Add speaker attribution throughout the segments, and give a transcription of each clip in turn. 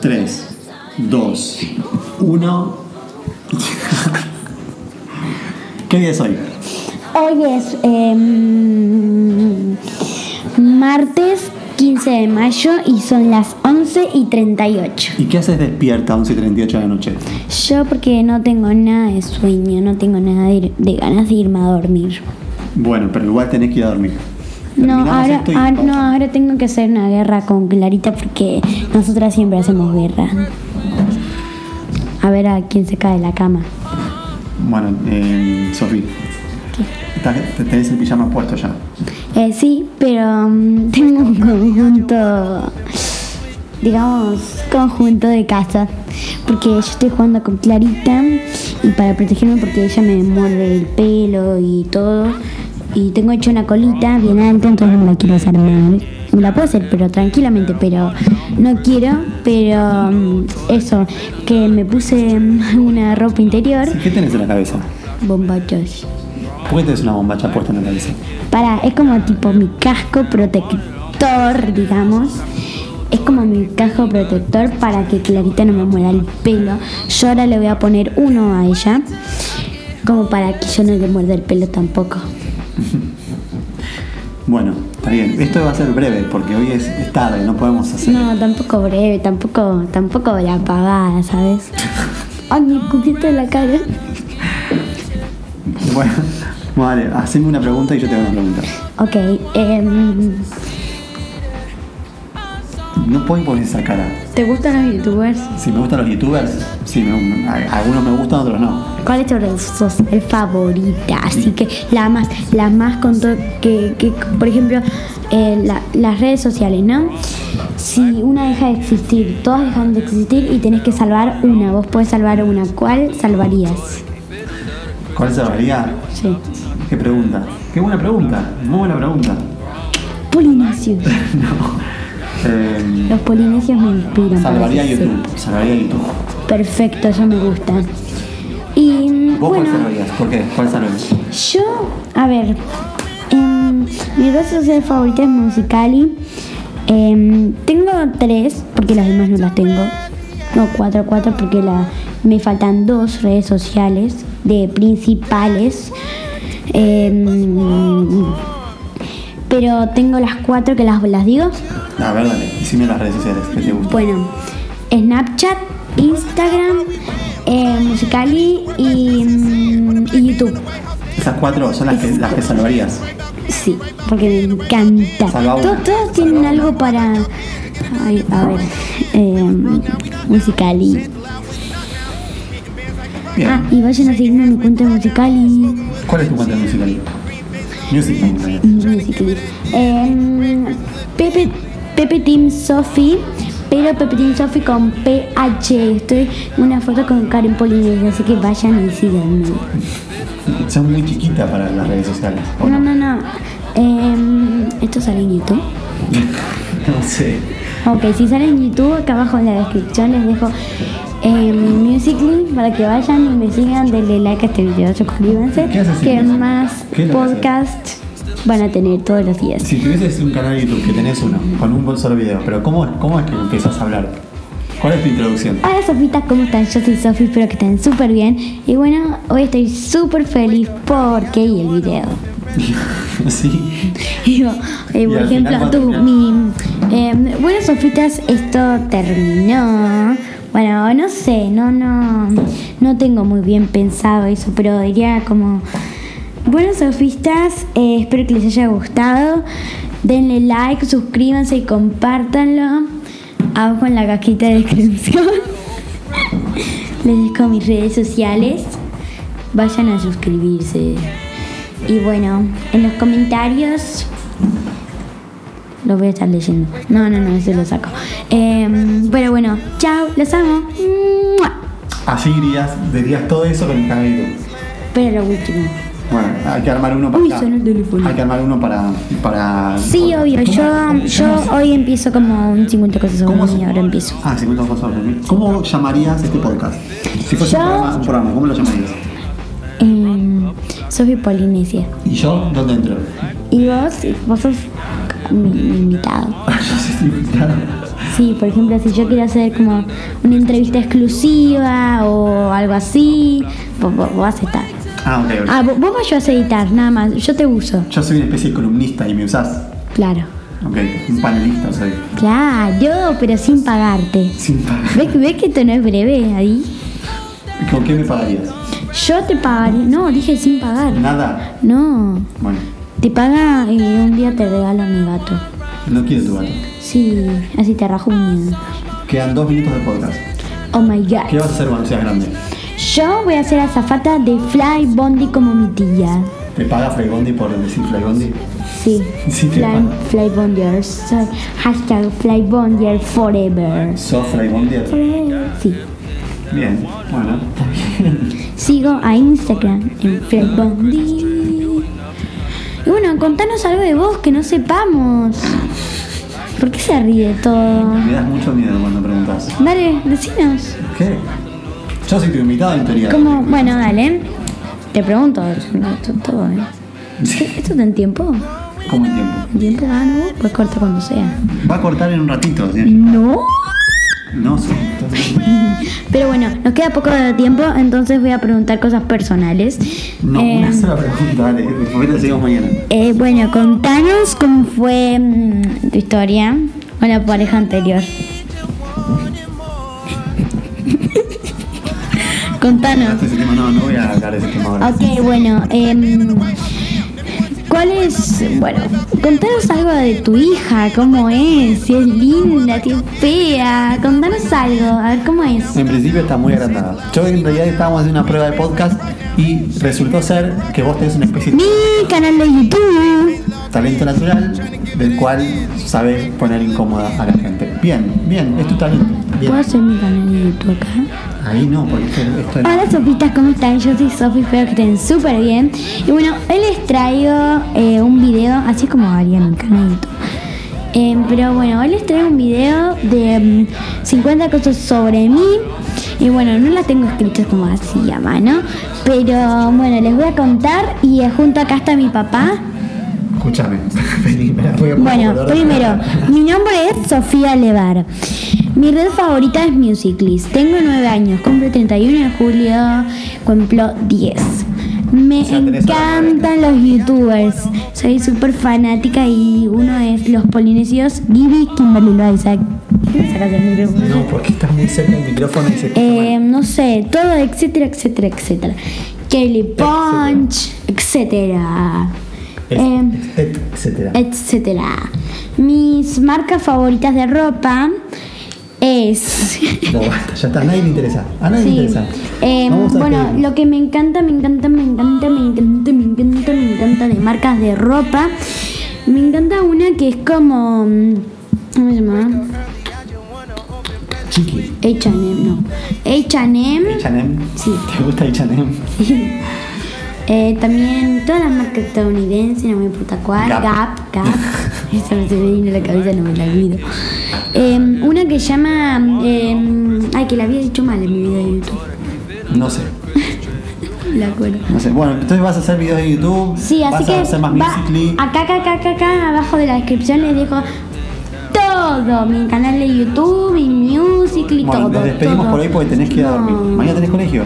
Speaker 1: 3, 2, 1. ¿Qué día es hoy?
Speaker 2: Hoy es em, martes 15 de mayo y son las 11 y 38.
Speaker 1: ¿Y qué haces despierta a 11 y 38 de la noche?
Speaker 2: Yo porque no tengo nada de sueño, no tengo nada de, ir- de ganas de irme a dormir.
Speaker 1: Bueno, pero igual tenés que ir a dormir.
Speaker 2: No
Speaker 1: Terminamos
Speaker 2: ahora,
Speaker 1: esto y-
Speaker 2: ah, no, ahora tengo que hacer una guerra con Clarita porque nosotras siempre hacemos guerra. A ver a quién se cae de la cama.
Speaker 1: Bueno, eh, Sofía. Estás- te- Tenés el pijama puesto ya.
Speaker 2: Eh, sí, pero mm, tengo un conjunto, digamos, conjunto de casa. Porque yo estoy jugando con Clarita y para protegerme porque ella me muerde el pelo y todo. Y tengo hecho una colita bien alta, entonces no la quiero hacer mal. Me la puedo hacer, pero tranquilamente, pero no quiero. Pero mm, eso, que me puse mm, una ropa interior,
Speaker 1: ¿Qué tenés en la cabeza?
Speaker 2: bombachos.
Speaker 1: ¿Por qué tenés una bombacha puesta en la cabeza?
Speaker 2: Para, es como tipo mi casco protector, digamos. Es como mi casco protector para que Clarita no me muera el pelo. Yo ahora le voy a poner uno a ella. Como para que yo no le muerda el pelo tampoco.
Speaker 1: Bueno, está bien. Esto va a ser breve porque hoy es, es tarde, no podemos hacer.
Speaker 2: No, tampoco breve, tampoco, tampoco la apagada, ¿sabes? Ay, me escupí toda la cara.
Speaker 1: Bueno, vale, haceme una pregunta y yo te hago una pregunta.
Speaker 2: Ok, em,
Speaker 1: No puedo poner esa cara.
Speaker 2: ¿te gustan los youtubers?
Speaker 1: Si me gustan los youtubers, sí, me- me- a- algunos me gustan, otros no.
Speaker 2: ¿Cuál es tu red social favorita? Así que la más, la más con todo, que, que, por ejemplo, eh, la- las redes sociales, ¿no? Si una deja de existir, todas dejan de existir y tenés que salvar una, vos podés salvar una, ¿cuál salvarías?
Speaker 1: ¿Cuál salvaría?
Speaker 2: Sí.
Speaker 1: ¿Qué pregunta? Qué buena pregunta, muy buena pregunta.
Speaker 2: Polinesios.
Speaker 1: No. Eh,
Speaker 2: Los polinesios me inspiran. para
Speaker 1: salvaría
Speaker 2: decir.
Speaker 1: YouTube, salvaría YouTube.
Speaker 2: Perfecto, eso me gusta. Y
Speaker 1: ¿Vos
Speaker 2: bueno,
Speaker 1: cuál salvarías? ¿Por qué? ¿Cuál salvarías?
Speaker 2: Yo, a ver, em, mi red social favorita es Musicali. Em, tengo tres, porque las demás no las tengo. No, cuatro, cuatro, porque la, me faltan dos redes sociales de principales. Em, pero tengo las cuatro que las, las digo.
Speaker 1: A ver, dale, decime las redes sociales que te gustan.
Speaker 2: Bueno, Snapchat, Instagram, eh, Musicali y, mm, y YouTube.
Speaker 1: Esas cuatro son las que, las que salvarías.
Speaker 2: Sí, porque me encanta.
Speaker 1: Salva una.
Speaker 2: To- Todos, tienen algo para. Ay, a ver. Eh, musicali. Ah,
Speaker 1: Bien.
Speaker 2: y vayan a seguirme en mi cuenta de musicali.
Speaker 1: ¿Cuál es tu cuenta musical? Music. Bank.
Speaker 2: Musicali. Eh, Pepe, Pepe Team Sofi. Pero Pepe Team Sofi con PH. Estoy en una foto con Karen Polines, así que vayan y síganme.
Speaker 1: Son muy chiquitas para las redes sociales. ¿o
Speaker 2: No,
Speaker 1: no?
Speaker 2: no, no. Eh, Esto sale en YouTube.
Speaker 1: No sé.
Speaker 2: Ok, si salen en YouTube, acá abajo en la descripción les dejo eh, mi Musical.ly para que vayan y me sigan, denle like a este video, suscríbanse,
Speaker 1: ¿Qué haces en
Speaker 2: que
Speaker 1: Musical.ly?
Speaker 2: más
Speaker 1: ¿Qué es lo que haces?
Speaker 2: podcast van a tener todos los días.
Speaker 1: Si tuvieses un canal de YouTube que tenés uno, con un buen solo video, pero ¿cómo, cómo es que empezás a hablar? ¿Cuál es tu introducción?
Speaker 2: Hola Sofitas, ¿cómo están? Yo soy Sofi, espero que estén súper bien. Y bueno, hoy estoy súper feliz porque y el video.
Speaker 1: sí.
Speaker 2: Digo, eh,
Speaker 1: Y
Speaker 2: por
Speaker 1: al
Speaker 2: ejemplo,
Speaker 1: final,
Speaker 2: tú,
Speaker 1: ¿cuánto
Speaker 2: mi. eh, bueno, Sofitas, esto terminó. Bueno, no sé, no, no. No tengo muy bien pensado eso, pero diría como. Bueno, sofistas, eh, espero que les haya gustado. Denle like, suscríbanse y compártanlo. Abajo en la cajita de descripción. les dejo mis redes sociales. Vayan a suscribirse. Y bueno, en los comentarios lo voy a estar leyendo. No, no, no, eso lo saco. Em, pero bueno, chao, los amo. ¡Mua!
Speaker 1: Así dirías, dirías todo eso con el canal de YouTube.
Speaker 2: Pero lo último.
Speaker 1: Bueno, hay que armar uno para.
Speaker 2: Uy,
Speaker 1: acá.
Speaker 2: sonó el teléfono.
Speaker 1: Hay que armar uno para. para
Speaker 2: Sí, obvio, yo, yo hoy empiezo como un 50 cosas
Speaker 1: ¿Cómo
Speaker 2: sobre
Speaker 1: se-
Speaker 2: mí, ahora empiezo.
Speaker 1: Ah, 50 cosas sobre mí. ¿Cómo llamarías este podcast? Si fuese un
Speaker 2: Yo-
Speaker 1: programa, un programa, ¿cómo lo llamarías?
Speaker 2: Em, Sofi Polinesia.
Speaker 1: ¿Y yo? ¿Dónde entro?
Speaker 2: Y vos, vos sos mi invitado.
Speaker 1: yo soy invitado.
Speaker 2: Sí, por ejemplo, si yo quiero hacer como una entrevista exclusiva o algo así, vos, vos- vos vas a estar.
Speaker 1: Ah, ok, ok.
Speaker 2: Ah, vos, vos me ayudás a editar, nada más. Yo te uso.
Speaker 1: Yo soy una especie de columnista y me usás.
Speaker 2: Claro.
Speaker 1: Ok, un panelista soy.
Speaker 2: Claro, pero sin pagarte.
Speaker 1: Sin pagar.
Speaker 2: ¿Ves, ves que esto no es breve, Adi?
Speaker 1: ¿Con qué me pagarías?
Speaker 2: Yo te pagaré. No, dije sin pagar.
Speaker 1: Nada.
Speaker 2: No.
Speaker 1: Bueno,
Speaker 2: Te paga y un día te regalo a mi gato.
Speaker 1: no quiero tu gato.
Speaker 2: Sí, así te rajo un miedo.
Speaker 1: Quedan dos minutos de podcast.
Speaker 2: Oh my
Speaker 1: ¿Qué
Speaker 2: god.
Speaker 1: vas a hacer cuando seas grande?
Speaker 2: Yo voy a ser azafata de Fly Bondi como mi tía.
Speaker 1: ¿Te paga Flybondi por decir Flybondi?
Speaker 2: Sí.
Speaker 1: Sí, te
Speaker 2: Fly,
Speaker 1: paga.
Speaker 2: Fly Bondiers. Soy Hashtag Fly Bondier forever.
Speaker 1: ¿Sos Flybondi?
Speaker 2: Forever. Sí.
Speaker 1: Bien, bueno, está bien.
Speaker 2: Sigo a Instagram en Fly Bondi. Y bueno, contanos algo de vos que no sepamos. ¿Por qué se ríe todo?
Speaker 1: Me das mucho miedo cuando preguntas.
Speaker 2: Dale, decinos.
Speaker 1: ¿Qué? Yo soy tu invitado en teoría.
Speaker 2: ¿Cómo? Bueno, dale. Te pregunto, no, to- todo, ¿eh?
Speaker 1: Sí.
Speaker 2: ¿Esto está en tiempo?
Speaker 1: ¿Cómo el tiempo?
Speaker 2: ¿En tiempo? Ah, no, pues corta cuando sea.
Speaker 1: Va a cortar en un ratito. ¿sí?
Speaker 2: No.
Speaker 1: No, sí. entonces-
Speaker 2: Pero bueno, nos queda poco de tiempo, entonces voy a preguntar cosas personales.
Speaker 1: No,
Speaker 2: Eh,
Speaker 1: una sola pregunta, dale. Después la seguimos mañana.
Speaker 2: eh, bueno, contanos cómo fue mm, tu historia con la pareja anterior. contanos.
Speaker 1: Este tema, no, no voy a hablar de ese tema ahora.
Speaker 2: Ok, bueno, em, ¿cuál es? Bueno, contanos algo de tu hija, cómo es, si es linda, si es fea, contanos algo, a ver cómo es.
Speaker 1: En principio está muy agrandada. Yo en realidad estábamos haciendo una prueba de podcast y resultó ser que vos tenés una especie de
Speaker 2: Mi canal de YouTube.
Speaker 1: talento natural del cual sabés poner incómoda a la gente. Bien, bien, es tu talento.
Speaker 2: ¿Puedo
Speaker 1: Bien.
Speaker 2: hacer mi canal de YouTube acá?
Speaker 1: Ahí no, porque esto, esto es-
Speaker 2: Hola sofitas, ¿cómo están? Yo soy Sofi, espero que estén súper bien. Y bueno, hoy les traigo eh, un video, así como haría mi canal de YouTube. Eh, pero bueno, hoy les traigo un video de mm, 50 cosas sobre mí. Y bueno, no las tengo escritas como así a mano. Pero bueno, les voy a contar y eh, junto acá está mi papá.
Speaker 1: Escúchame. Vení, me la voy a poner
Speaker 2: Bueno,
Speaker 1: color de-
Speaker 2: primero, mi nombre es Sofía Levar. Mi red favorita es Musiclist. Tengo 9 años, cumplo el 31 de julio, cumplo 10. Me
Speaker 1: O sea, tenés ahora nueve
Speaker 2: encantan los youtubers. Soy súper fanática y uno es los polinesios Gibby, Kimberly Loaiza. ¿Qué me sacas del micrófono?
Speaker 1: No, porque estás muy cerca del micrófono y se escucha
Speaker 2: Eh, no sé, todo, etcétera, etcétera, etcétera. Kelly Punch, etcétera.
Speaker 1: mal.
Speaker 2: Em,
Speaker 1: Et- et- etcétera.
Speaker 2: etcétera. Mis marcas favoritas de ropa es.
Speaker 1: No, basta, ya está, a nadie le interesa. A nadie
Speaker 2: Sí.
Speaker 1: le interesa.
Speaker 2: Eh,
Speaker 1: Vamos a
Speaker 2: bueno,
Speaker 1: despedirnos.
Speaker 2: lo que me encanta, me encanta, me encanta, me encanta, me encanta, me encanta de marcas de ropa. Me encanta una que es como. mm, ¿Cómo se llama?
Speaker 1: Chiqui.
Speaker 2: HM, no. HM.
Speaker 1: H&M.
Speaker 2: Sí.
Speaker 1: ¿Te gusta H&M?
Speaker 2: Eh, también todas las marcas estadounidenses, no me importa cuál.
Speaker 1: Gap.
Speaker 2: Gap, Gap. Esa me se me vino a la cabeza, no me la olvido. Em, una que llama. em, ay, que la había dicho mal en mi video de YouTube.
Speaker 1: No sé.
Speaker 2: La acuerdo.
Speaker 1: No sé. Bueno, entonces vas a hacer videos de YouTube.
Speaker 2: Sí, así
Speaker 1: vas
Speaker 2: que.
Speaker 1: a hacer más
Speaker 2: va-
Speaker 1: musically.
Speaker 2: acá, acá, acá, acá, acá, abajo de la descripción les dejo todo. Mi canal de YouTube, mi music y
Speaker 1: Bueno,
Speaker 2: todo.
Speaker 1: nos despedimos
Speaker 2: todo.
Speaker 1: por hoy porque tenés que ir a dormir.
Speaker 2: No.
Speaker 1: Mañana tenés colegio.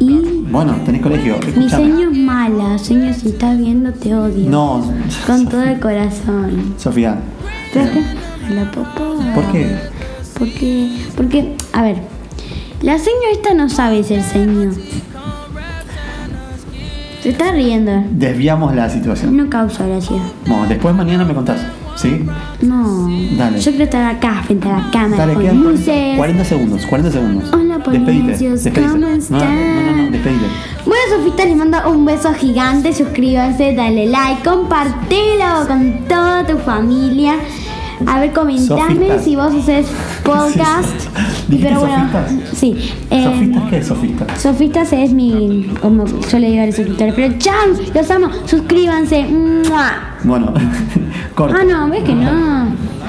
Speaker 2: Y
Speaker 1: Bueno, tenés colegio.
Speaker 2: mi
Speaker 1: Escuchame.
Speaker 2: sueño es mala. Sueño, si estás viendo, te odio.
Speaker 1: No,
Speaker 2: Con todo el corazón.
Speaker 1: Sofía. eh,
Speaker 2: Pero es que la papá.
Speaker 1: ¿Por qué?
Speaker 2: Porque, porque, a ver, la señorita no sabe ser señor. Se está riendo.
Speaker 1: Desviamos la situación.
Speaker 2: No causa gracia.
Speaker 1: Bueno, después mañana me contás. ¿Sí?
Speaker 2: No.
Speaker 1: Dale.
Speaker 2: Yo quiero estar acá frente a la cámara
Speaker 1: Dale,
Speaker 2: con
Speaker 1: quedan 40,
Speaker 2: luces.
Speaker 1: segundos, 40 segundos.
Speaker 2: Hola,
Speaker 1: despedite,
Speaker 2: polinesios,
Speaker 1: despedite. No,
Speaker 2: ¿cómo
Speaker 1: no, no, no,
Speaker 2: están?
Speaker 1: despedite.
Speaker 2: Bueno, Sofita, les mando un beso gigante. Suscríbanse, dale like, compartelo con toda tu familia. A ver, comentame
Speaker 1: Sofitas.
Speaker 2: si vos haces podcast.
Speaker 1: ¿Dijiste
Speaker 2: Pero bueno,
Speaker 1: sofistas?
Speaker 2: sí. eh,
Speaker 1: ¿Sofistas qué es sofistas?
Speaker 2: Sofistas es mi. como yo le digo a los suscriptores. Pero chao, los amo. Suscríbanse. ¡Mua!
Speaker 1: Bueno, corta.
Speaker 2: Ah, no, ves que no.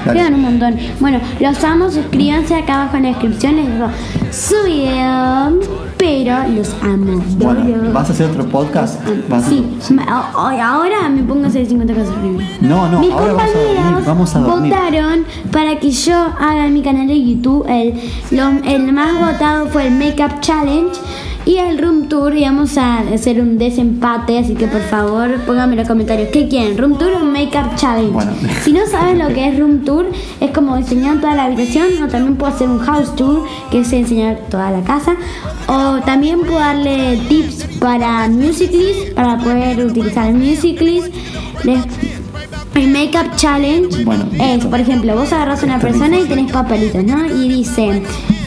Speaker 1: Dale.
Speaker 2: Pegan un montón. Bueno, los amo, suscríbanse acá abajo en la descripción. Les digo su video, pero los amo.
Speaker 1: Bueno,
Speaker 2: Los
Speaker 1: ¿vas a hacer otro podcast? ¿Vas a-
Speaker 2: Sí, ma- a- a- ahora me pongo a hacer 50 cosas horribles.
Speaker 1: No, no,
Speaker 2: Mis
Speaker 1: ahora vamos a dormir,
Speaker 2: compañeros
Speaker 1: vamos a dormir.
Speaker 2: votaron para que yo haga mi canal de YouTube. El, lo- el más votado fue el Makeup Challenge y el Room Tour. Y vamos a hacer un desempate, así que por favor pónganme en los comentarios qué quieren, Room Tour o Makeup Challenge.
Speaker 1: Bueno.
Speaker 2: Si no sabes lo que es Room Tour, es como diseñar toda la habitación o también puedo hacer un House Tour, que es enseñar toda la casa. O también puedo darle tips para Music List, para poder utilizar el Music List. Les- el Makeup Challenge
Speaker 1: Bueno,
Speaker 2: es,
Speaker 1: listo.
Speaker 2: por ejemplo, vos agarras a una persona y tenés papelitos, ¿no? Y dice...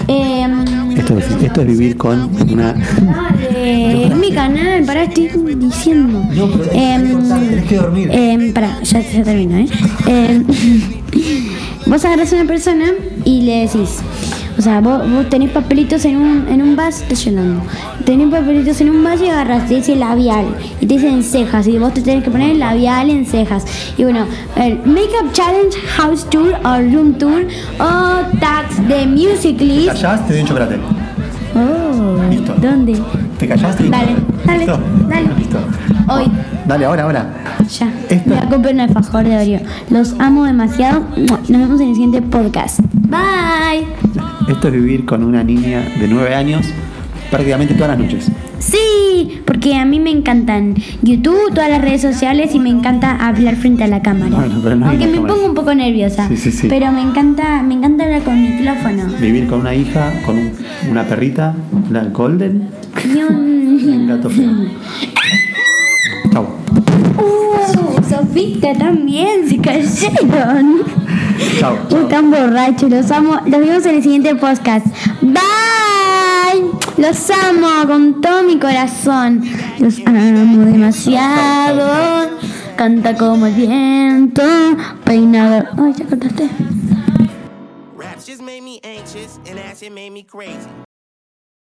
Speaker 2: em,
Speaker 1: Esto es, esto es vivir con una.
Speaker 2: Dale, es Eh, mi canal, pará, estoy diciendo.
Speaker 1: No, pero tenés que cortar, tenés que dormir.
Speaker 2: em, pará, ya, ya termino, ¿eh? Em, vos agarras a una persona y le decís. O sea, vos, vos tenés papelitos en un, en un vaso, estoy llorando. Tenés papelitos en un vaso y agarras, te dice labial, y te dicen cejas, y vos te tenés que poner labial en cejas. Y bueno, el Makeup Challenge, House Tour o Room Tour o Tags de Music List.
Speaker 1: Callás, te doy un chocolate.
Speaker 2: Oh,
Speaker 1: Listo.
Speaker 2: ¿dónde?
Speaker 1: ¿Te callaste?
Speaker 2: Dale, dale,
Speaker 1: ¿Listo?
Speaker 2: dale.
Speaker 1: Listo.
Speaker 2: Hoy,
Speaker 1: Dale, ahora, ahora.
Speaker 2: ya.
Speaker 1: Esto-
Speaker 2: Voy a comprar un alfajor de Oreo. Los amo demasiado. Mua. Nos vemos en el siguiente podcast. Bye.
Speaker 1: Esto es vivir con una niña de 9 años prácticamente todas las noches.
Speaker 2: Sí, porque a mí me encantan YouTube, todas las redes sociales y me encanta hablar frente a la cámara.
Speaker 1: Bueno, pero no hay
Speaker 2: Aunque
Speaker 1: una
Speaker 2: me
Speaker 1: cámara.
Speaker 2: pongo un poco nerviosa.
Speaker 1: Sí, sí, sí.
Speaker 2: Pero me encanta, me encanta hablar con micrófono.
Speaker 1: Vivir con una hija, con un- una perrita, la Golden,
Speaker 2: Y un-
Speaker 1: y un gato feo. Chau.
Speaker 2: Uh, Sofita también se cayeron.
Speaker 1: Chau.
Speaker 2: Uy, tan borracho, los amo. Los vemos en el siguiente podcast. Bye. Los amo con todo mi corazón. Los amo demasiado. Canta como el viento. Peinado. Ay, ya cortaste.
Speaker 3: Raps just made me anxious, and acid made me crazy.